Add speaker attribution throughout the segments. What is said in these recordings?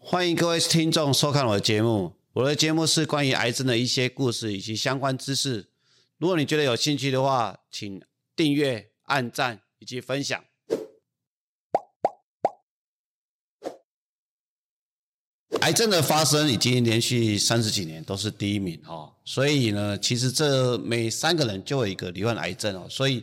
Speaker 1: 欢迎各位听众收看我的节目。我的节目是关于癌症的一些故事以及相关知识。如果你觉得有兴趣的话，请订阅、按赞以及分享。癌症的发生已经连续三十几年都是第一名哦，所以呢，其实这每三个人就有一个罹患癌症哦，所以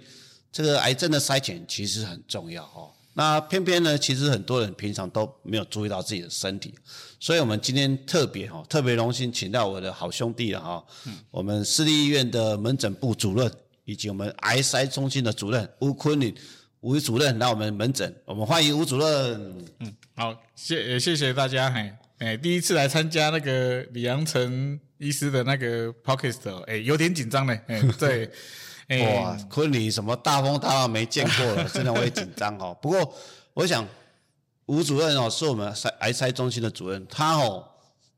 Speaker 1: 这个癌症的筛检其实很重要哦。那偏偏呢，其实很多人平常都没有注意到自己的身体，所以我们今天特别哈、哦，特别荣幸请到我的好兄弟了哈、我们私立医院的门诊部主任以及我们癌筛中心的主任吴坤林吴主任来我们门诊，我们欢迎吴主任。
Speaker 2: 好，谢呃也谢谢大家，嘿，哎，第一次来参加那个李阳城医师的那个 podcast，哦哎，有点紧张呢，哎，对，
Speaker 1: 哇
Speaker 2: 哎，，
Speaker 1: 昆凌什么大风大浪没见过了，真的会紧张哦。不过我想，吴主任哦，是我们筛癌筛中心的主任，他哦，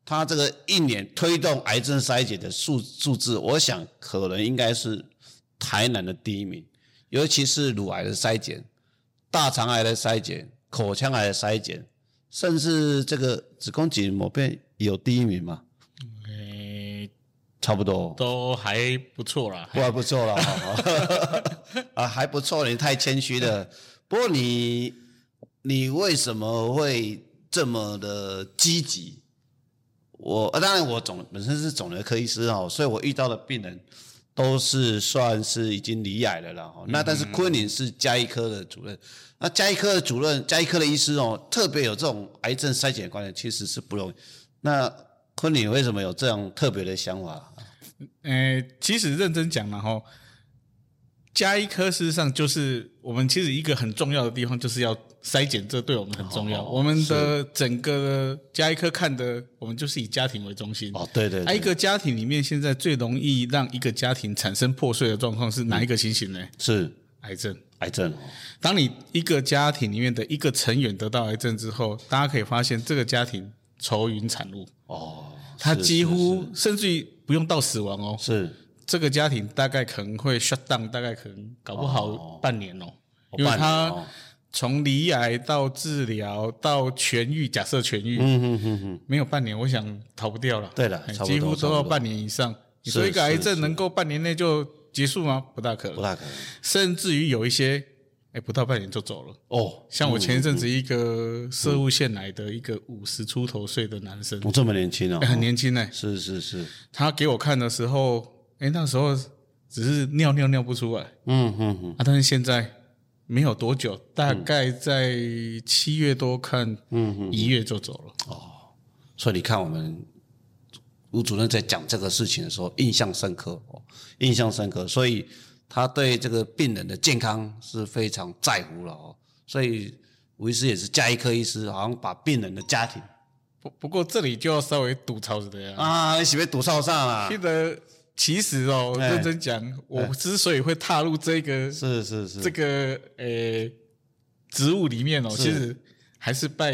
Speaker 1: 他这个一年推动癌症筛检的数数字，我想可能应该是台南的第一名，尤其是乳癌的筛检、大肠癌的筛检、口腔癌的筛检，甚至这个子宫颈膜片有第一名吗？
Speaker 2: 哎，
Speaker 1: 差不多，哦
Speaker 2: 都还不错啦，
Speaker 1: 不还不错了， 啊，还不错，你太谦虚了。不过你你为什么会这么的积极？我呃当然我总本身是肿瘤科医师哦，所以我遇到的病人都是算是已经离癌了啦。哦，那但是昆凌是加医科的主任，那加医科的主任、加医科的医师哦，特别有这种癌症筛检的观念，其实是不容易。那昆凌为什么有这样特别的想法？
Speaker 2: 哎，其实认真讲然后加医科事实上就是我们其实一个很重要的地方就是要筛检，这对我们很重要。
Speaker 1: 哦
Speaker 2: 我们的整个加医科看的，我们就是以家庭为中心，
Speaker 1: 哦，对对
Speaker 2: 啊，
Speaker 1: 对
Speaker 2: 一个家庭里面现在最容易让一个家庭产生破碎的状况是哪一个情形呢？
Speaker 1: 是
Speaker 2: 癌症。
Speaker 1: 癌症哦，
Speaker 2: 当你一个家庭里面的一个成员得到癌症之后，大家可以发现这个家庭愁云惨雾，
Speaker 1: 哦，
Speaker 2: 他
Speaker 1: 是
Speaker 2: 几乎甚至于不用到死亡哦，
Speaker 1: 是是
Speaker 2: 这个家庭大概可能会 shut down，大概可能搞不好半年哦，
Speaker 1: 哦
Speaker 2: 因为
Speaker 1: 半年
Speaker 2: 他
Speaker 1: 哦
Speaker 2: 从离癌到治疗到痊愈，假设痊愈，
Speaker 1: 嗯嗯嗯嗯，
Speaker 2: 没有半年，我想逃不掉了。
Speaker 1: 对了
Speaker 2: 哎
Speaker 1: 差不多
Speaker 2: 几乎都
Speaker 1: 差
Speaker 2: 要
Speaker 1: 不多
Speaker 2: 半年以上。你
Speaker 1: 是
Speaker 2: 说一个癌
Speaker 1: 是
Speaker 2: 症能够半年内就结束吗？不大可
Speaker 1: 哦不
Speaker 2: 能。
Speaker 1: 大可能
Speaker 2: 甚至于有一些，哎，不到半年就走了。
Speaker 1: 哦，
Speaker 2: 像我前一阵子一个射物腺癌的一个五十出头岁的男生，
Speaker 1: 我这么年轻哦
Speaker 2: 哎，很年轻呢。
Speaker 1: 是是是，
Speaker 2: 他给我看的时候，哎，那时候只是尿尿尿不出来啊，
Speaker 1: 嗯嗯嗯，
Speaker 2: 但是现在没有多久，大概在七月多看，嗯，一月就走了。
Speaker 1: 所以你看我们吴主任在讲这个事情的时候，印象深刻哦，印象深刻，所以他对这个病人的健康是非常在乎了哦，所以吴医师也是加医科医师，好像把病人的家庭
Speaker 2: 不不过这里就要稍微吐槽的呀。
Speaker 1: 啊，你喜被堵上上啊
Speaker 2: 记，得其实哦，
Speaker 1: 哎
Speaker 2: 认真讲，我之所以会踏入这个
Speaker 1: 是是是，
Speaker 2: 这个呃职务里面哦，
Speaker 1: 是
Speaker 2: 其实还是拜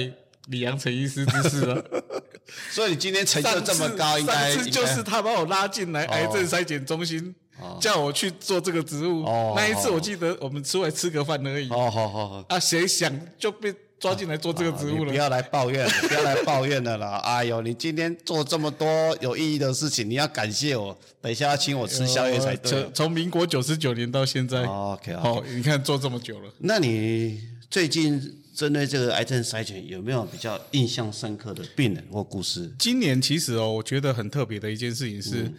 Speaker 2: 李阳成医师之师啊。
Speaker 1: 所以你今天成哎就
Speaker 2: 上
Speaker 1: 这
Speaker 2: 次
Speaker 1: 么高，应该哦
Speaker 2: 上次就是他把我拉进来癌症筛检中心，叫我去做这个职务
Speaker 1: 哦。
Speaker 2: 那一次我记得我们出来吃个饭而已
Speaker 1: 哦，好好好。
Speaker 2: 啊，谁想就被抓进来做这个职务
Speaker 1: 啊你不
Speaker 2: 了。
Speaker 1: 要来抱怨， 不要来抱怨了啦！哎呦，你今天做这么多有意义的事情，你要感谢我。等一下要请我吃宵夜才对
Speaker 2: 从。从民国九十九年到现在，
Speaker 1: OK 啊，
Speaker 2: 哦，你看做这么久了。
Speaker 1: 那你最近针对这个癌症筛选有没有比较印象深刻的病人或故事？
Speaker 2: 今年其实哦，我觉得很特别的一件事情是，
Speaker 1: 嗯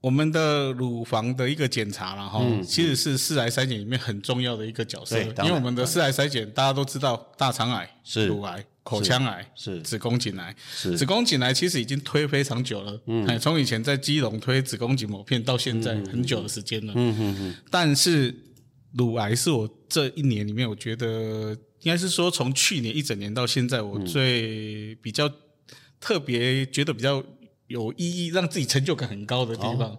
Speaker 2: 我们的乳房的一个检查然后其实是四癌筛检里面很重要的一个角色，
Speaker 1: 嗯对当然
Speaker 2: 因为我们的四癌筛检大家都知道，大肠癌、
Speaker 1: 是
Speaker 2: 乳癌、口腔癌、
Speaker 1: 是
Speaker 2: 子宫颈癌。
Speaker 1: 是
Speaker 2: 子宫颈癌其实已经推非常久了，哎，从以前在基隆推子宫颈膜片到现在很久的时间了，嗯嗯嗯。但是乳癌是我这一年里面，我觉得应该是说从去年一整年到现在，我最比较特别觉得比较有意义，让自己成就感很高的地方。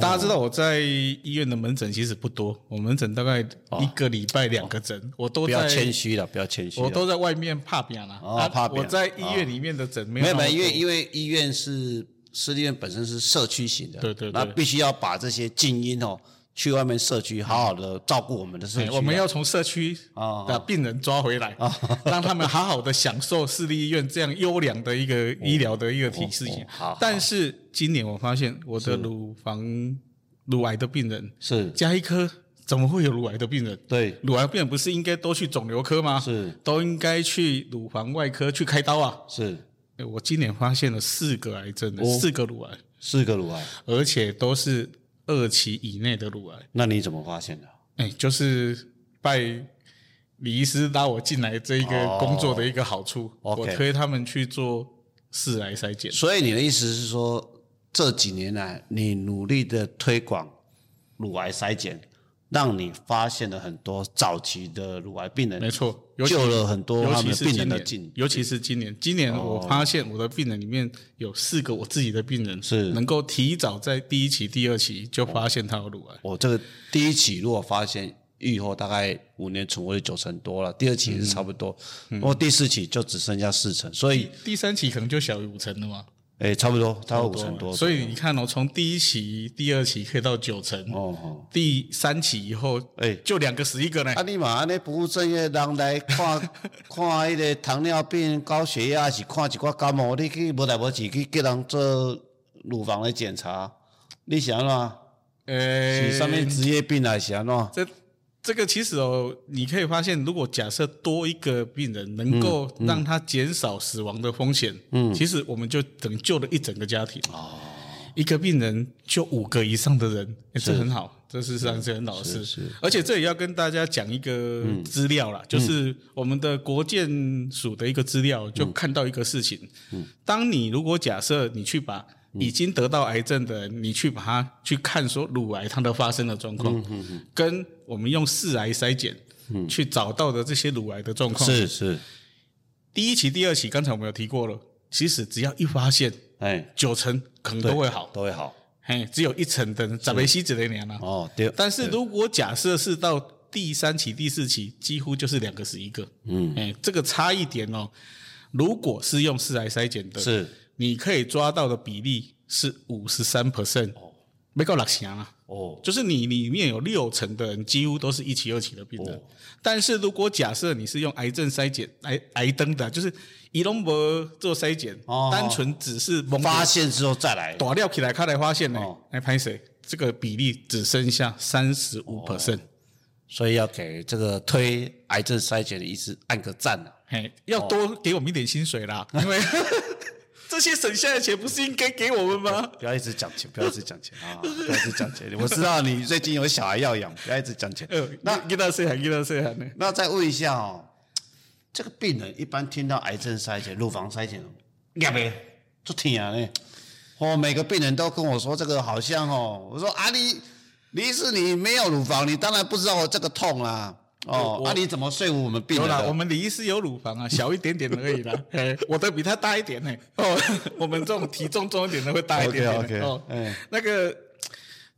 Speaker 2: 大家知道我在医院的门诊其实不多，我门诊大概一个礼拜两个诊，我都
Speaker 1: 不
Speaker 2: 在
Speaker 1: 要谦虚了，不要谦虚了。
Speaker 2: 我都在外面怕病啦。
Speaker 1: 哦
Speaker 2: 啊
Speaker 1: 怕病
Speaker 2: 我在医院里面的诊没
Speaker 1: 没有
Speaker 2: 有
Speaker 1: 没有，因
Speaker 2: 那么
Speaker 1: 为
Speaker 2: 多
Speaker 1: 因为医院是私立院本身是社区型的，
Speaker 2: 对对对
Speaker 1: 那必须要把这些精英哦去外面社区好好的照顾我们的社
Speaker 2: 哎
Speaker 1: 区啊、
Speaker 2: 我们要从社区
Speaker 1: 哦
Speaker 2: 的病人抓回来，让他们好好的享受市立医院这样优良的一个医疗的一个体系
Speaker 1: 哦哦好好。
Speaker 2: 但是今年我发现我的乳房乳癌的病人
Speaker 1: 是
Speaker 2: 加一颗，怎么会有乳癌的病人？
Speaker 1: 对
Speaker 2: 乳癌病人不是应该都去肿瘤科吗？
Speaker 1: 是
Speaker 2: 都应该去乳房外科去开刀啊！
Speaker 1: 是
Speaker 2: 哎我今年发现了四个癌症，
Speaker 1: 哦
Speaker 2: 四个乳癌，
Speaker 1: 四个乳癌，
Speaker 2: 而且都是二期以内的乳癌。
Speaker 1: 那你怎么发现的？
Speaker 2: 哎，就是拜李医师拉我进来这一个工作的一个好处，
Speaker 1: 哦，OK
Speaker 2: 我推他们去做四癌筛检。
Speaker 1: 所以你的意思是说，这几年来你努力的推广乳癌筛检，让你发现了很多早期的乳癌病
Speaker 2: 没
Speaker 1: 人，
Speaker 2: 错，尤其
Speaker 1: 救了很多
Speaker 2: 尤
Speaker 1: 他
Speaker 2: 其
Speaker 1: 们
Speaker 2: 是
Speaker 1: 病
Speaker 2: 今
Speaker 1: 人的
Speaker 2: 年
Speaker 1: 进，，哦
Speaker 2: 尤其是今年，今年我发现我的病人里面有四个我自己的病人
Speaker 1: 是
Speaker 2: 能够提早在第一期、第二期就发现他有乳癌。
Speaker 1: 我这个第一期如果发现愈后大概五年存活率九成多了，第二期也是差不多，然后第四期就只剩下四成，所以
Speaker 2: 第三期可能就小于五成了嘛，
Speaker 1: 诶差不多，差哦不多五成多。
Speaker 2: 所以你看哦，从第一期、第二期可以到九成，
Speaker 1: 哦哦，
Speaker 2: 第三期以后，
Speaker 1: 哎
Speaker 2: 就两个十一个呢
Speaker 1: 啊，。你嘛安尼不务正业，人来看 看迄个糖尿病、高血压，还是看一寡感冒，你去无代无志去叫人做乳房的检查，你是安怎？
Speaker 2: 呃，
Speaker 1: 是啥物职业病还是安怎？
Speaker 2: 这这个其实哦，你可以发现，如果假设多一个病人能够让他减少死亡的风险，嗯，其实我们就等于救了一整个家庭。哦，一个病人救五个以上的人，诶这很好，这事实上是很好的事。而且这也要跟大家讲一个资料啦，就是我们的国健署的一个资料，就看到一个事情，嗯，当你如果假设你去把已经得到癌症的人，你去把它去看说乳癌它的发生的状况，跟我们用四癌筛检、去找到的这些乳癌的状况，
Speaker 1: 是是，
Speaker 2: 第一期、第二期，刚才我们有提过了，其实只要一发现，
Speaker 1: 哎，
Speaker 2: 九成可能都会好，
Speaker 1: 都会好。
Speaker 2: 嘿，只有一成的人，咱们西子的年了。
Speaker 1: 哦，对，
Speaker 2: 但是如果假设是到第三期、第四期，几乎就是两个十一个，嗯，哎，这个差一点哦。如果是用四癌筛检的，
Speaker 1: 是
Speaker 2: 你可以抓到的比例是五十三 percent，没够六成啊，
Speaker 1: 哦，
Speaker 2: 就是你里面有六成的人几乎都是一期、二期的病人。
Speaker 1: 哦
Speaker 2: 但是如果假设你是用癌症筛检、癌癌登的，就是伊拢无做筛检，
Speaker 1: 哦
Speaker 2: 单纯只是蒙
Speaker 1: 发现之后再来。
Speaker 2: 打料起来，他才发现呢
Speaker 1: 哦，
Speaker 2: 来拍谁？这个比例只剩下三十五 percent。
Speaker 1: 所以要给这个推癌症筛检的医师按个赞啊！
Speaker 2: 嘿，哦要多给我们一点薪水啦，因为 这些省下的钱不是应该给我们吗？
Speaker 1: 不要一直讲钱，不要一直讲钱啊！不要一直讲钱，我知道你最近有小孩要养，不要一直讲钱。
Speaker 2: 呃，那给他谁喊？给他谁喊呢？
Speaker 1: 那再问一下哦，这个病人一般听到癌症筛检、乳房筛检，呀呗，就听啊嘞。哦，每个病人都跟我说这个好像哦，我说啊你，你是你没有乳房，你当然不知道我这个痛啦。哦，啊你怎么说服我们病
Speaker 2: 有
Speaker 1: 人
Speaker 2: 啦，我
Speaker 1: 的？
Speaker 2: 们李医师有乳房啊，小一点点而已啦。 嘿我的比他大一点呢、哦， 我们这种体重重一点的会大一点点、
Speaker 1: OK，OK，
Speaker 2: 哦，
Speaker 1: 哎
Speaker 2: 那个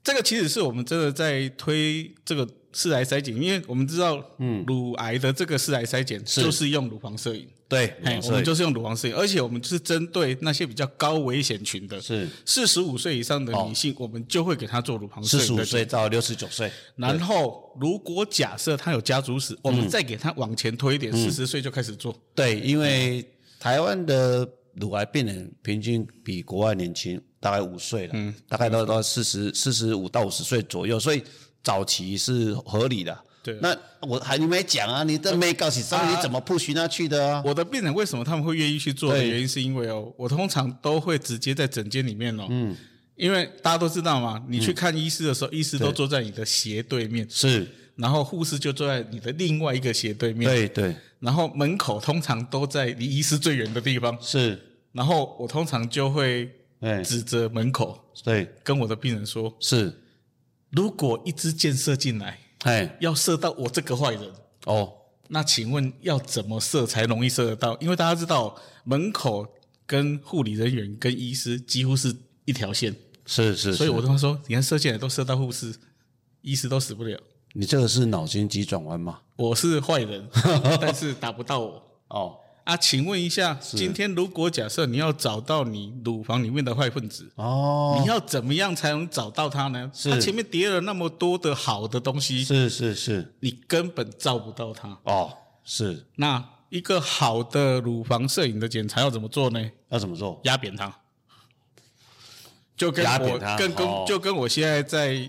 Speaker 2: 这个其实是我们真的在推这个四癌筛检，因为我们知道，嗯，乳癌的这个四癌筛检就是用乳房摄影。
Speaker 1: 对
Speaker 2: 哎，，我
Speaker 1: 所
Speaker 2: 们
Speaker 1: 以
Speaker 2: 就是用乳房摄影，而且我们就是针对那些比较高危险群的，
Speaker 1: 是
Speaker 2: 四十五岁以上的女性，我们就会给她做乳房摄
Speaker 1: 四
Speaker 2: 影。
Speaker 1: 十五岁到六十九岁，
Speaker 2: 然后，如果假设他有家族史，我们再给他往前推一点，四十岁就开始做。
Speaker 1: 对，因为台湾的乳癌病人平均比国外年轻，大概五岁了，
Speaker 2: 嗯
Speaker 1: 大概到到四十四十五到五十岁左右，所以早期是合理的。
Speaker 2: 对啊
Speaker 1: 那我还你没讲啊，你这没告诉上你怎么 push 那去的啊？
Speaker 2: 我的病人为什么他们会愿意去做的原因，是因为哦，我通常都会直接在诊间里面哦，嗯，因为大家都知道嘛，你去看医师的时候，医师都坐在你的斜对面，
Speaker 1: 是，
Speaker 2: 然后护士就坐在你的另外一个斜对面，
Speaker 1: 对对
Speaker 2: 然后门口通常都在离医师最远的地方，
Speaker 1: 是，
Speaker 2: 然后我通常就会
Speaker 1: 哎
Speaker 2: 指着门口
Speaker 1: 对
Speaker 2: 跟我的病人说，
Speaker 1: 是，
Speaker 2: 如果一支箭射进来，
Speaker 1: 哎
Speaker 2: 要射到我这个坏人。
Speaker 1: 哦
Speaker 2: 那请问要怎么射才容易射得到？因为大家知道门口跟护理人员跟医师几乎是一条线，
Speaker 1: 是是，
Speaker 2: 所以
Speaker 1: 是
Speaker 2: 我都说，你看射进来都射到护士，医师都死不了。
Speaker 1: 你这个是脑筋急转弯吗？
Speaker 2: 我是坏人，但是打不到我。
Speaker 1: 哦
Speaker 2: 啊，请问一下，今天如果假设你要找到你乳房里面的坏分子，
Speaker 1: 哦，
Speaker 2: 你要怎么样才能找到它呢？
Speaker 1: 是
Speaker 2: 它前面叠了那么多的好的东西，
Speaker 1: 是是是，
Speaker 2: 你根本照不到它。
Speaker 1: 哦，是
Speaker 2: 那一个好的乳房摄影的检查要怎么做呢？
Speaker 1: 要怎么做？
Speaker 2: 压扁它，就跟
Speaker 1: 压扁
Speaker 2: 我
Speaker 1: 它
Speaker 2: 跟跟、
Speaker 1: 哦
Speaker 2: 就跟我现在在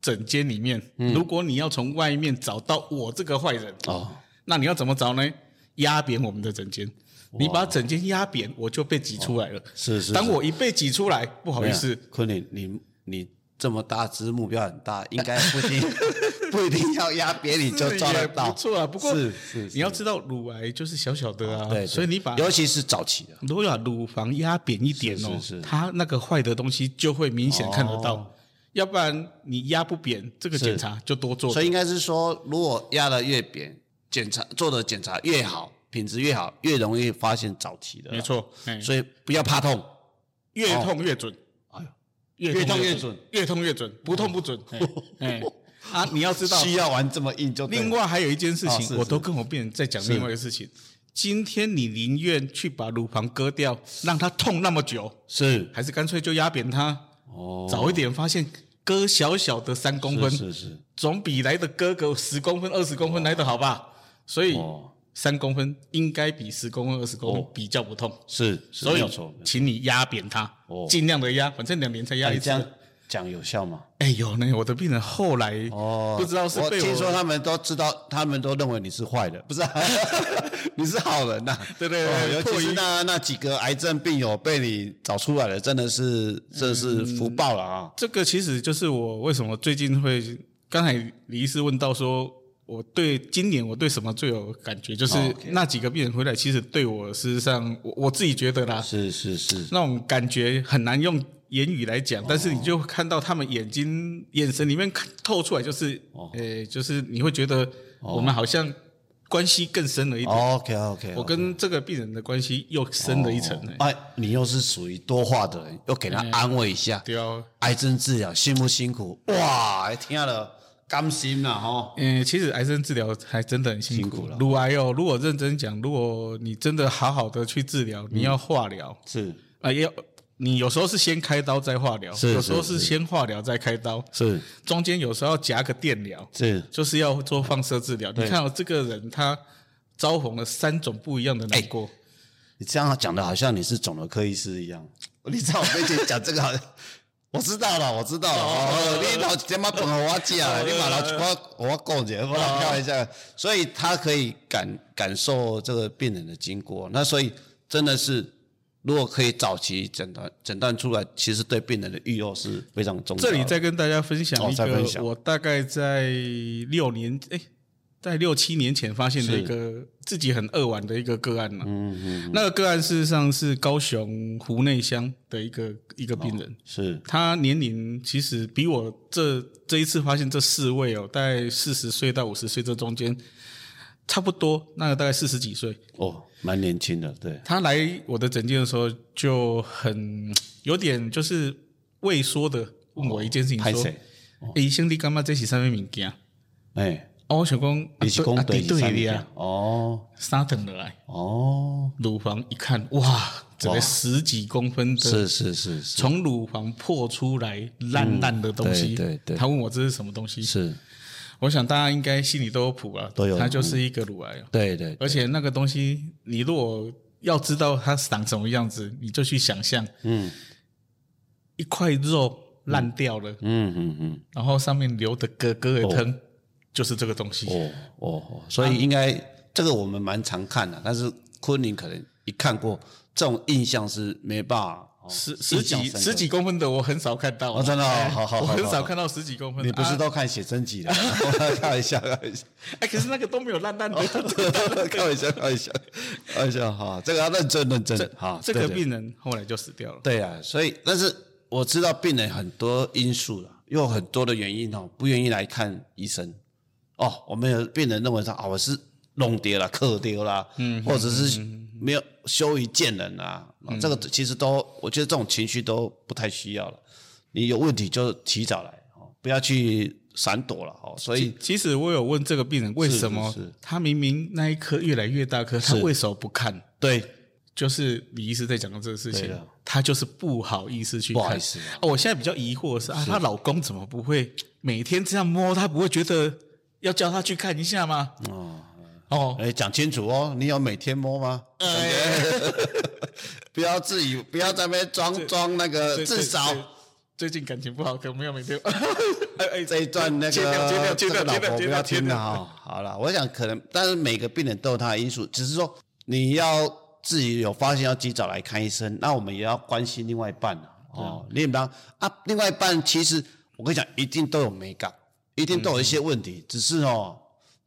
Speaker 2: 整间里面，如果你要从外面找到我这个坏人，
Speaker 1: 嗯哦，
Speaker 2: 那你要怎么找呢？压扁我们的整间，你把整间压扁，我就被挤出来了。
Speaker 1: 哦是是。
Speaker 2: 当
Speaker 1: 是
Speaker 2: 我一被挤出来，不好意
Speaker 1: 没有
Speaker 2: 思，
Speaker 1: 昆凌，啊你你这么大只，目标很 大，应该不一定 不一定要压扁你就抓
Speaker 2: 也
Speaker 1: 得
Speaker 2: 不
Speaker 1: 到。
Speaker 2: 错啊。不过
Speaker 1: 是是是
Speaker 2: 你要知道，乳癌就是小小的啊，
Speaker 1: 对，对
Speaker 2: 所以你把
Speaker 1: 尤其是早期的，
Speaker 2: 如果把啊乳房压扁一点哦，
Speaker 1: 是是是哦
Speaker 2: 它那个坏的东西就会明显看得到。要不然你压不扁，这个
Speaker 1: 是
Speaker 2: 检查就多做。
Speaker 1: 所以应该是说，如果压的越扁，检查做的检查越好，品质越好，越容易发现早期的。
Speaker 2: 没，错，哎
Speaker 1: 所以不要怕痛。
Speaker 2: 越痛越准。
Speaker 1: 哎呦，
Speaker 2: 越痛
Speaker 1: 越
Speaker 2: 越
Speaker 1: 准哦
Speaker 2: 准，越痛越准，不痛不准。哎，哎 啊，你要知道，
Speaker 1: 需要玩这么硬就对了
Speaker 2: 另外还有一件事
Speaker 1: 哦是
Speaker 2: 情，我
Speaker 1: 是
Speaker 2: 都跟我病人在讲另外一个事情。今天你宁愿去把乳房割掉，让它痛那么久，
Speaker 1: 是
Speaker 2: 还是干脆就压扁它？
Speaker 1: 哦，
Speaker 2: 早一点发现，割小小的三公分，
Speaker 1: 是是是
Speaker 2: 总比来的割个十公分、二十公分来的好吧？所以
Speaker 1: 哦
Speaker 2: 三公分应该比十公分、二十公分
Speaker 1: 哦
Speaker 2: 比较不痛。
Speaker 1: 是，是
Speaker 2: 所
Speaker 1: 没
Speaker 2: 以
Speaker 1: 有错。，
Speaker 2: 请你压扁它
Speaker 1: 哦，
Speaker 2: 尽量的压，反正两年才压
Speaker 1: 那
Speaker 2: 一
Speaker 1: 你这
Speaker 2: 次。
Speaker 1: 样讲有效吗？
Speaker 2: 哎有呢，我的病人后来
Speaker 1: 哦，
Speaker 2: 不知道是
Speaker 1: 我
Speaker 2: 被
Speaker 1: 听说他们都知道，他们都认为你是坏的，不是、啊， 你是好人呐、
Speaker 2: 对对对
Speaker 1: 哦尤
Speaker 2: 破
Speaker 1: 其是
Speaker 2: 译
Speaker 1: 那那几个癌症病友被你找出来了，真的是真的是
Speaker 2: 嗯
Speaker 1: 福报了啊！
Speaker 2: 这个其实就是我为什么最近会，刚才李医师问到说，我对今年我对什么最有感觉，就是
Speaker 1: 哦，OK
Speaker 2: 那几个病人回来，其实对我事实上我我自己觉得啦，
Speaker 1: 是是是，
Speaker 2: 那种感觉很难用言语来讲，但是你就看到他们眼睛、眼神里面看透出来，就是，
Speaker 1: 哦
Speaker 2: 呃，就是你会觉得我们好像关系更深了一点。
Speaker 1: OK OK，
Speaker 2: 我跟这个病人的关系又深了一层、欸，哎
Speaker 1: 哎，你又是属于多话的人，又给他安慰一下，
Speaker 2: 对啊。
Speaker 1: 癌症治疗辛不辛苦？哇，听了甘心了哈！
Speaker 2: 嗯，其实癌症治疗还真的很辛
Speaker 1: 辛苦了
Speaker 2: 乳癌哦，如果认真讲，如果你真的好好的去治
Speaker 1: 嗯
Speaker 2: 疗，你要化疗
Speaker 1: 是
Speaker 2: 啊，也要你有时候是先开刀再化疗，
Speaker 1: 是
Speaker 2: 有时候
Speaker 1: 是
Speaker 2: 是
Speaker 1: 是
Speaker 2: 先化疗再开刀，
Speaker 1: 是
Speaker 2: 中间有时候要夹个电疗，
Speaker 1: 是，
Speaker 2: 就是要做放射治疗。你看哦，这个人他遭逢了三种不一样的难过，
Speaker 1: 哎你这样讲的好像你是肿瘤科医师一样，你在我面前讲这个好像。我知道了，我知道了。哦，你老他妈本我讲，你把老我我讲解，我来开玩
Speaker 2: 哦
Speaker 1: 笑。 所以他可以感感受这个病人的经过，那所以真的是，如果可以早期诊断诊断出来，其实对病人的预后是非常重要的。
Speaker 2: 这里再跟大家分享
Speaker 1: 哦
Speaker 2: 一
Speaker 1: 再分
Speaker 2: 个，
Speaker 1: 享
Speaker 2: 我大概在六年哎，在六七年前发现的一个自己很扼腕的一个个案嘛。嗯嗯。那个个案事实上是高雄湖内乡的一个一个病
Speaker 1: 哦
Speaker 2: 人，
Speaker 1: 是
Speaker 2: 他年龄其实比我这这一次发现这四位哦，大概四十岁到五十岁这中间差不多，那个大概四十几岁。
Speaker 1: 哦，蛮年轻的，对，
Speaker 2: 他来我的诊间的时候就很有点就是畏缩的问我一件事情
Speaker 1: 哦拍
Speaker 2: 说。
Speaker 1: 谁？
Speaker 2: 欸、医生，你感觉这是啥物物件？啊，
Speaker 1: 哎，
Speaker 2: 我想讲，
Speaker 1: 你是
Speaker 2: 啊
Speaker 1: 讲
Speaker 2: 对
Speaker 1: 对是
Speaker 2: 啊
Speaker 1: 三
Speaker 2: 对的
Speaker 1: 名
Speaker 2: 啊，？
Speaker 1: 哦
Speaker 2: 三等落来，
Speaker 1: 哦，
Speaker 2: 乳房一看，哇，整个十几公分的，
Speaker 1: 是是是是
Speaker 2: 从乳房破出来烂烂的东
Speaker 1: 嗯
Speaker 2: 西。
Speaker 1: 对对对
Speaker 2: 他问我这是什么东西，
Speaker 1: 是，
Speaker 2: 我想大家应该心里都有谱啊，
Speaker 1: 都有
Speaker 2: 它就是一个乳癌啊。
Speaker 1: 对对
Speaker 2: 而且那个东西，你如果要知道它长什么样子，你就去想象，
Speaker 1: 嗯
Speaker 2: 一块肉烂掉了，
Speaker 1: 嗯嗯嗯，
Speaker 2: 然后上面流的咯咯的汤，就是这个东西。
Speaker 1: 哦哦哦，所以应该、这个我们蛮常看的，但是昆凌可能一看过，这种印象是没办法。哦
Speaker 2: 十十
Speaker 1: 印象
Speaker 2: 几
Speaker 1: 深刻
Speaker 2: 十几公分的我很少看到，
Speaker 1: 哦真的哦
Speaker 2: 哎
Speaker 1: 好好好
Speaker 2: 我很
Speaker 1: 好
Speaker 2: 少
Speaker 1: 好
Speaker 2: 看到十几公分的。
Speaker 1: 你不是
Speaker 2: 啊
Speaker 1: 都看写真集的？ 开玩笑，开玩笑，
Speaker 2: 哎，可是那个都没有烂烂的。
Speaker 1: 哦 开玩笑，开玩笑，开玩笑哈！这个要认真认真哈。
Speaker 2: 这
Speaker 1: 对
Speaker 2: 个
Speaker 1: 对
Speaker 2: 病人后来就死掉了。
Speaker 1: 对啊，所以但是我知道病人很多因素了，有很多的原因哦，不愿意来看医生。哦，我们有病人认为说啊，我是弄丢了、克丢啦，嗯，或者是没有羞于见人啊，啊这个其实都，我觉得这种情绪都不太需要了。你有问题就提早来哦，不要去闪躲了哦，所以
Speaker 2: 其实我有问这个病人为什么
Speaker 1: 是是
Speaker 2: 他明明那一颗越来越大颗，他为什么不看？
Speaker 1: 对
Speaker 2: 就是李医师在讲的这个事
Speaker 1: 对
Speaker 2: 情
Speaker 1: 的，
Speaker 2: 他就是不好意思去
Speaker 1: 不好
Speaker 2: 看
Speaker 1: 意。思啊，
Speaker 2: 哦，我现在比较疑惑的是啊，她老公怎么不会每天这样摸？她不会觉得要叫她去看一下吗？
Speaker 1: 哦，
Speaker 2: 哦，哎
Speaker 1: 哎，讲清楚哦，你有每天摸吗？ 不要自己不要在那边装装那个，
Speaker 2: 最
Speaker 1: 至少
Speaker 2: 最最近感情不好，可没有每天。 哎哎，
Speaker 1: 这一段 那个
Speaker 2: 切掉切掉切
Speaker 1: 这
Speaker 2: 掉
Speaker 1: 个老婆
Speaker 2: 切掉
Speaker 1: 不
Speaker 2: 切
Speaker 1: 要
Speaker 2: 掉切
Speaker 1: 听了啊
Speaker 2: 掉。
Speaker 1: 哈。好了，我想可能，但是每个病人都有他的因素，只是说你要自己有发现要及早来看医生，那我们也要关心另外一半啊。哦，你也不当啊，另外一半其实我跟你讲，一定都有美感，一定都有一些问题，只是哦，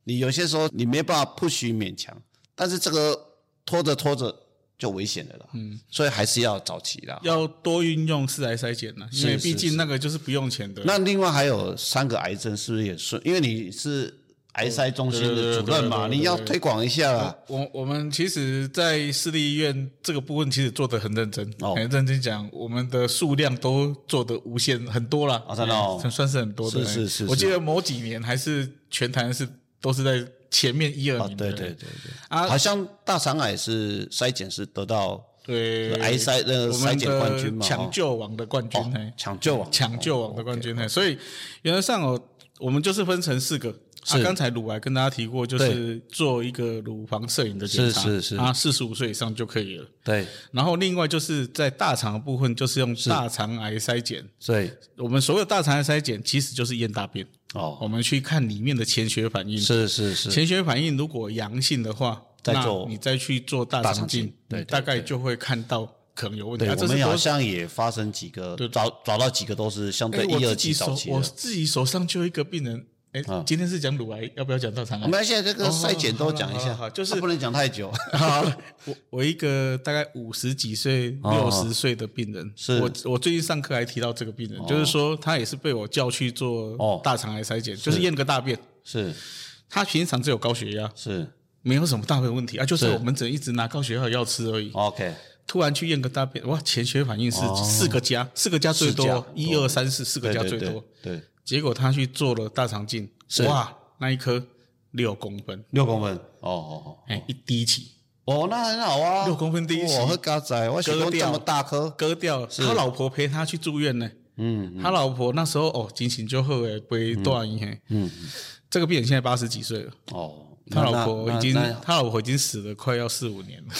Speaker 1: 你有些时候你没办法不许勉强，但是这个拖着拖着就危险了啦。嗯，所以还是要早期啦。
Speaker 2: 要多运用四癌筛检呢，啊因为
Speaker 1: 是是
Speaker 2: 毕竟那个就是不用钱的。
Speaker 1: 那另外还有三个癌症是不是也是？因为你是癌筛中心的主任嘛，
Speaker 2: 对对对对对对对
Speaker 1: 你要推广一下啦。
Speaker 2: 我我们其实，在私立医院这个部分，其实做的很认真，
Speaker 1: 哦
Speaker 2: 很认真讲，我们的数量都做的无限很多啦，
Speaker 1: 哦真的哦
Speaker 2: 哎算是很多
Speaker 1: 是
Speaker 2: 的。
Speaker 1: 是是
Speaker 2: 哎
Speaker 1: 是
Speaker 2: 我记得某几年还是全台是都是在前面一二
Speaker 1: 啊，
Speaker 2: 名的，
Speaker 1: 对对对对，
Speaker 2: 啊
Speaker 1: 好像大肠癌是筛检是得到
Speaker 2: 对
Speaker 1: 癌筛那个
Speaker 2: 我
Speaker 1: 呃筛
Speaker 2: 们
Speaker 1: 检冠军
Speaker 2: 的
Speaker 1: 嘛，
Speaker 2: 抢救王的冠军，
Speaker 1: 哦
Speaker 2: 哎
Speaker 1: 抢救网，哦
Speaker 2: 抢救网的冠军呢。所以原则上哦，我们就是分成四个。啊，
Speaker 1: 是
Speaker 2: 刚才乳癌跟大家提过，就是做一个乳房摄影的检查，
Speaker 1: 是是是
Speaker 2: 啊，四十五岁以上就可以了。
Speaker 1: 对，
Speaker 2: 然后另外就是在大肠的部分，就是用大肠癌筛检。
Speaker 1: 所以
Speaker 2: 我们所有大肠癌筛检其实就是验大便，
Speaker 1: 哦，
Speaker 2: 我们去看里面的潜血反应。
Speaker 1: 是是是，
Speaker 2: 潜血反应如果阳性的话，
Speaker 1: 再
Speaker 2: 那
Speaker 1: 做
Speaker 2: 你再去做大
Speaker 1: 大
Speaker 2: 肠
Speaker 1: 肠镜
Speaker 2: 镜，
Speaker 1: 对
Speaker 2: 你
Speaker 1: 对
Speaker 2: 大概就会看到可能有问题。
Speaker 1: 对，
Speaker 2: 啊、
Speaker 1: 我
Speaker 2: 这是
Speaker 1: 们
Speaker 2: 多
Speaker 1: 好像也发生几个，找找到几个都是相
Speaker 2: 哎
Speaker 1: 对
Speaker 2: 我
Speaker 1: 一二
Speaker 2: 自
Speaker 1: 级
Speaker 2: 己
Speaker 1: 早
Speaker 2: 手
Speaker 1: 期
Speaker 2: 我
Speaker 1: 的。
Speaker 2: 自己手上就有一个病人，哎、
Speaker 1: 嗯
Speaker 2: 今天是讲乳癌，要不要讲大肠
Speaker 1: 我
Speaker 2: 癌？
Speaker 1: 们现在这个筛检都讲一
Speaker 2: 哦好好
Speaker 1: 下
Speaker 2: 好好，就是
Speaker 1: 啊不能讲太 久。
Speaker 2: 好，我我一个大概五十几岁、六
Speaker 1: 哦
Speaker 2: 十岁的病人，
Speaker 1: 是
Speaker 2: 我我最近上课还提到这个病人，就是说他也是被我叫去做
Speaker 1: 哦
Speaker 2: 大肠癌筛检，就是验个大便。
Speaker 1: 是
Speaker 2: 他平常只有高血压，
Speaker 1: 是
Speaker 2: 没有什么大的问题啊，就是
Speaker 1: 是
Speaker 2: 我们只能一直拿高血压的药吃而已。
Speaker 1: ，OK，
Speaker 2: 突然去验个大便，哇，潜血反应是四个加，四个加最
Speaker 1: 哦四
Speaker 2: 多
Speaker 1: 加，
Speaker 2: 一二三四四个
Speaker 1: 对
Speaker 2: 加
Speaker 1: 对
Speaker 2: 最
Speaker 1: 对
Speaker 2: 多。
Speaker 1: 对，
Speaker 2: 结果他去做了大肠镜，哇，那一颗六公分，
Speaker 1: 六公分，哦哦哦。
Speaker 2: 哎，一滴起。
Speaker 1: 哦，那很好啊，
Speaker 2: 六公分第一期
Speaker 1: 我喝嘎仔，我喜欢这么大颗，
Speaker 2: 割掉了。他老婆陪他去住院呢。嗯，他老婆那时候哦，精神就好诶，被断一嘿。嗯，这个病人现在八十几岁了，
Speaker 1: 哦，
Speaker 2: 他
Speaker 1: 那
Speaker 2: 老婆已经
Speaker 1: 那那
Speaker 2: 他老婆已经死了快要四五年了。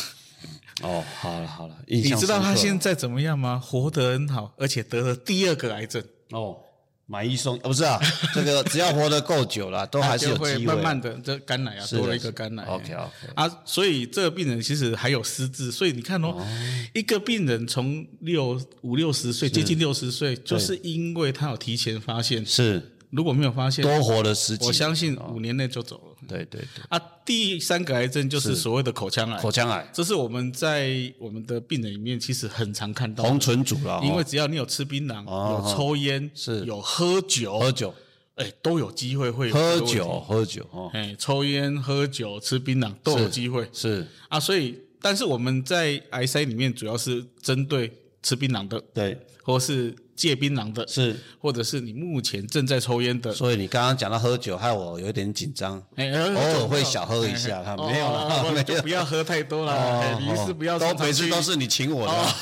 Speaker 1: 哦，好了好了，你
Speaker 2: 你知道他现在怎么样吗？活得很好，而且得了第二个癌症，
Speaker 1: 哦买一送，哦不是啊， 这个只要活得够久 了，都哦还是有
Speaker 2: 就会
Speaker 1: 机
Speaker 2: 慢
Speaker 1: 会，
Speaker 2: 慢的这肝癌啊
Speaker 1: 是的
Speaker 2: 多了一个肝癌。
Speaker 1: OK OK，
Speaker 2: 啊，所以这个病人其实还有失智，所以你看哦，
Speaker 1: 嗯
Speaker 2: 一个病人从六五六十岁接近六十岁，就是因为他有提前发现，
Speaker 1: 是
Speaker 2: 如果没有发现，
Speaker 1: 多活了哦十几
Speaker 2: 我，相信五年内就走了。
Speaker 1: 对对对，
Speaker 2: 啊，第三个癌症就是所谓的口腔癌，
Speaker 1: 口腔癌
Speaker 2: 这是我们在我们的病人里面其实很常看到的，
Speaker 1: 红唇组了，
Speaker 2: 因为
Speaker 1: 哦
Speaker 2: 只要你有吃槟榔、
Speaker 1: 哦
Speaker 2: 有抽烟、
Speaker 1: 是
Speaker 2: 有喝酒，
Speaker 1: 喝酒
Speaker 2: 哎，都有机会会有这
Speaker 1: 喝
Speaker 2: 个问题，
Speaker 1: 酒喝酒哦，
Speaker 2: 哎，抽烟、喝酒、吃槟榔都有机会
Speaker 1: 是
Speaker 2: 啊。所以，但是我们在癌筛里面主要是针对吃槟榔的，
Speaker 1: 对
Speaker 2: 或是戒槟榔的，
Speaker 1: 是，
Speaker 2: 或者是你目前正在抽烟的，
Speaker 1: 所以你刚刚讲到喝酒，害我有点紧张，
Speaker 2: 哎，
Speaker 1: 偶
Speaker 2: 偶
Speaker 1: 尔会小喝一下，哈，没有 了，没
Speaker 2: 就
Speaker 1: 有
Speaker 2: 哎哦
Speaker 1: 哦
Speaker 2: 不。要喝太多了，哎你是不要
Speaker 1: 都
Speaker 2: 常常
Speaker 1: 每次
Speaker 2: 去哦
Speaker 1: 都是你请我的啊。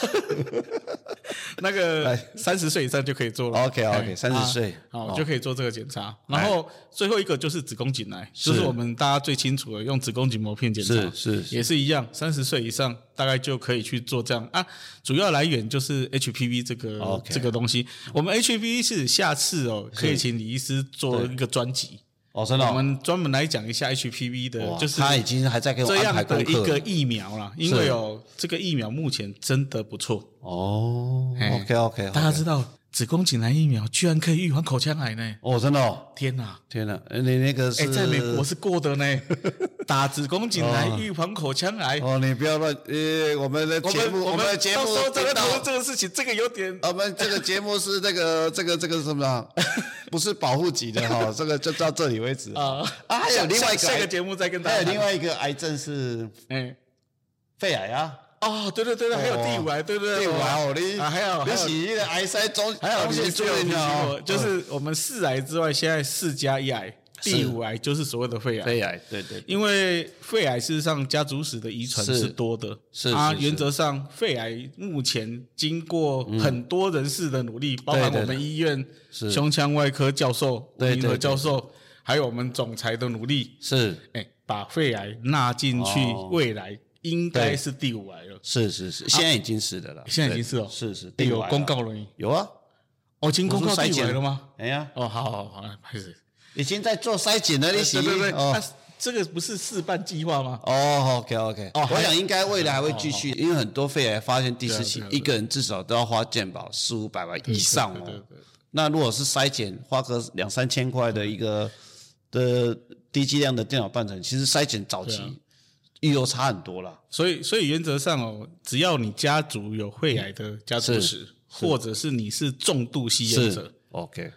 Speaker 2: 那个三十岁以上就可以做了。哎啊
Speaker 1: OK OK，三十岁哦哎
Speaker 2: 好，就可以做这个检查。然后最后一个就是子宫颈癌，就是我们大家最清楚的用子宫颈膜片检查，
Speaker 1: 是是是
Speaker 2: 也是一样，三十岁以上大概就可以去做这样啊。主要来源就是 HPV 这个
Speaker 1: OK
Speaker 2: 这个东西。我们 HPV 是下次哦，可以请李医师做一个专辑，
Speaker 1: 哦，真的
Speaker 2: 我
Speaker 1: 哦，
Speaker 2: 们专门来讲一下 HPV 的，
Speaker 1: 哇
Speaker 2: 就是
Speaker 1: 他已经还在给我
Speaker 2: 这
Speaker 1: 安排
Speaker 2: 样的
Speaker 1: 功
Speaker 2: 一
Speaker 1: 课
Speaker 2: 个
Speaker 1: 了
Speaker 2: 疫苗啦，因为哦，这个疫苗目前真的不错。
Speaker 1: 哦
Speaker 2: 哎
Speaker 1: ，OK OK，
Speaker 2: 大家知道子宫颈癌疫苗居然可以预防口腔癌呢？
Speaker 1: 哦，真的哦，
Speaker 2: 天哪！
Speaker 1: 天哪，呃你那个
Speaker 2: 哎、
Speaker 1: 是
Speaker 2: 在美国是过的 呢，打子宫颈癌预防口腔癌。
Speaker 1: 哦，你不要乱，呃，我们的
Speaker 2: 我
Speaker 1: 节
Speaker 2: 们
Speaker 1: 目，
Speaker 2: 我
Speaker 1: 我们的节目
Speaker 2: 到时候再来
Speaker 1: 频道
Speaker 2: 讨论这个事情，这个有点
Speaker 1: 我们这个节目是这个这个这个什么啊，不是保护级的哈，这个就到这里为止
Speaker 2: 啊
Speaker 1: 啊还有
Speaker 2: 下
Speaker 1: 另外一个
Speaker 2: 下下个节目再跟大
Speaker 1: 还有
Speaker 2: 家谈。
Speaker 1: 另外一个癌症是
Speaker 2: 哎
Speaker 1: 肺癌啊，
Speaker 2: 哦，对对对对，还有第五癌，对对对，
Speaker 1: 对哇哦，你
Speaker 2: 啊还有还
Speaker 1: 你
Speaker 2: 有
Speaker 1: 是那个癌塞中，
Speaker 2: 还有
Speaker 1: 中
Speaker 2: 你
Speaker 1: 间
Speaker 2: 也是
Speaker 1: 最
Speaker 2: 有提
Speaker 1: 近
Speaker 2: 醒
Speaker 1: 哦
Speaker 2: 我，就是我们四癌之外，现在四加一癌，第
Speaker 1: 是
Speaker 2: 五癌就是所谓的肺癌。
Speaker 1: 肺癌，对对，
Speaker 2: 因为肺癌事实上家族史的遗传
Speaker 1: 是
Speaker 2: 是多的，
Speaker 1: 是
Speaker 2: 啊，
Speaker 1: 是是
Speaker 2: 原则上肺癌目前经过很多人士的努力，包含
Speaker 1: 嗯对
Speaker 2: 我们医院
Speaker 1: 是
Speaker 2: 胸腔外科教授吴
Speaker 1: 对
Speaker 2: 明
Speaker 1: 对
Speaker 2: 和
Speaker 1: 对
Speaker 2: 教授，还有我们总裁的努力，
Speaker 1: 是
Speaker 2: 哎，把肺癌纳进去
Speaker 1: 哦，
Speaker 2: 未来应该是第五癌了，
Speaker 1: 是是是，现在已经是的了，
Speaker 2: 啊现在已经是哦
Speaker 1: 对是是，第五
Speaker 2: 有
Speaker 1: 癌了
Speaker 2: 公告了没？
Speaker 1: 有啊，
Speaker 2: 哦，已经公告
Speaker 1: 我说
Speaker 2: 第
Speaker 1: 筛
Speaker 2: 五
Speaker 1: 检
Speaker 2: 癌了吗？
Speaker 1: 哎呀，
Speaker 2: 哦，好好好，哎不好意思，
Speaker 1: 已经在做筛检了，你是
Speaker 2: 对对对，
Speaker 1: 哦
Speaker 2: 啊，这个不是示范计划吗？
Speaker 1: 哦，OK OK，
Speaker 2: 哦还有哦
Speaker 1: 我想应该未来还会继续，因为很多肺癌发现第四期
Speaker 2: 对啊，对啊
Speaker 1: 一个人至少都要花健保四五百万以上
Speaker 2: 对
Speaker 1: 哦
Speaker 2: 对。对对
Speaker 1: 那如果是筛检，花个两三千块的一个
Speaker 2: 嗯
Speaker 1: 的低剂量的电脑断层，其实筛检早
Speaker 2: 对啊
Speaker 1: 期预后差很多啦。
Speaker 2: 所以，所以原则上哦，只要你家族有肺癌的家族史，或者是你是重度吸烟者，
Speaker 1: OK，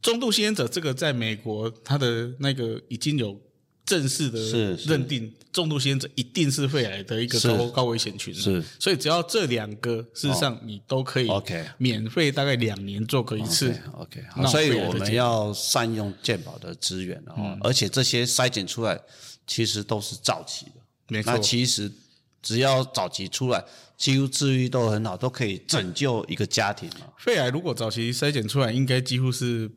Speaker 2: 重度吸烟者这个在美国它的那个已经有正式的
Speaker 1: 是是
Speaker 2: 认定，重度吸烟者一定是肺癌的一个
Speaker 1: 是
Speaker 2: 高高危险群了。
Speaker 1: 是哦
Speaker 2: 所以只要这两个，事实上你都可以
Speaker 1: OK 哦
Speaker 2: 免费大概两年做个一次。
Speaker 1: OK，
Speaker 2: 那
Speaker 1: 好，所以
Speaker 2: 我们
Speaker 1: 我
Speaker 2: 再
Speaker 1: 们
Speaker 2: 见
Speaker 1: 要善用健保的资源哦，
Speaker 2: 嗯
Speaker 1: 而且这些筛检出来其实都是早期的。
Speaker 2: 没错
Speaker 1: 那，其实只要早期出来，几乎治愈都很好，都可以拯救一个家庭嘛。
Speaker 2: 肺癌如果早期筛检出来，应该几乎是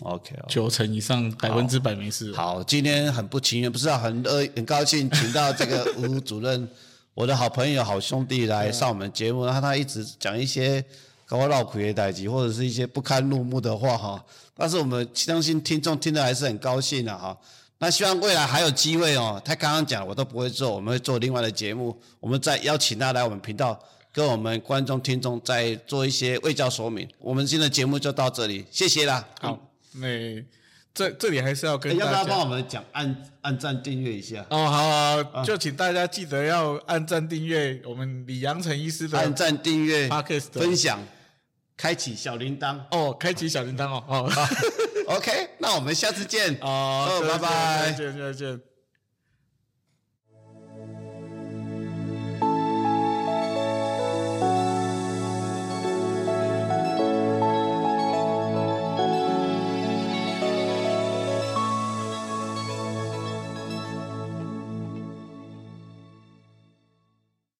Speaker 1: OK，哦
Speaker 2: 九成以上，百分之百没事。
Speaker 1: 好，今天很不情愿，不知道很呃 很高兴，请到这个吴主任，我的好朋友、好兄弟来上我们节目，他他一直讲一些搞我闹苦的代际，或者是一些不堪入目的话哈，但是我们相信听众听得还是很高兴的、哈。那希望未来还有机会哦。他刚刚讲我都不会做，我们会做另外的节目，我们再邀请他来我们频道，跟我们观众听众再做一些卫教说明。我们今天的节目就到这里，谢谢啦。
Speaker 2: 好，那这这里还是要
Speaker 1: 哎
Speaker 2: 跟
Speaker 1: 要
Speaker 2: 大
Speaker 1: 不
Speaker 2: 家
Speaker 1: 要帮我们讲按按赞订阅一下？
Speaker 2: 哦，好啊、就请大家记得要按赞订阅我们李阳城医师
Speaker 1: 按
Speaker 2: 的
Speaker 1: 赞、订阅、
Speaker 2: Podcast
Speaker 1: 分享、开启小铃铛。
Speaker 2: 哦，开启 小铃铛哦，好，
Speaker 1: OK，那我们下次见。
Speaker 2: 哦，
Speaker 1: 拜拜
Speaker 2: 再见再见。再见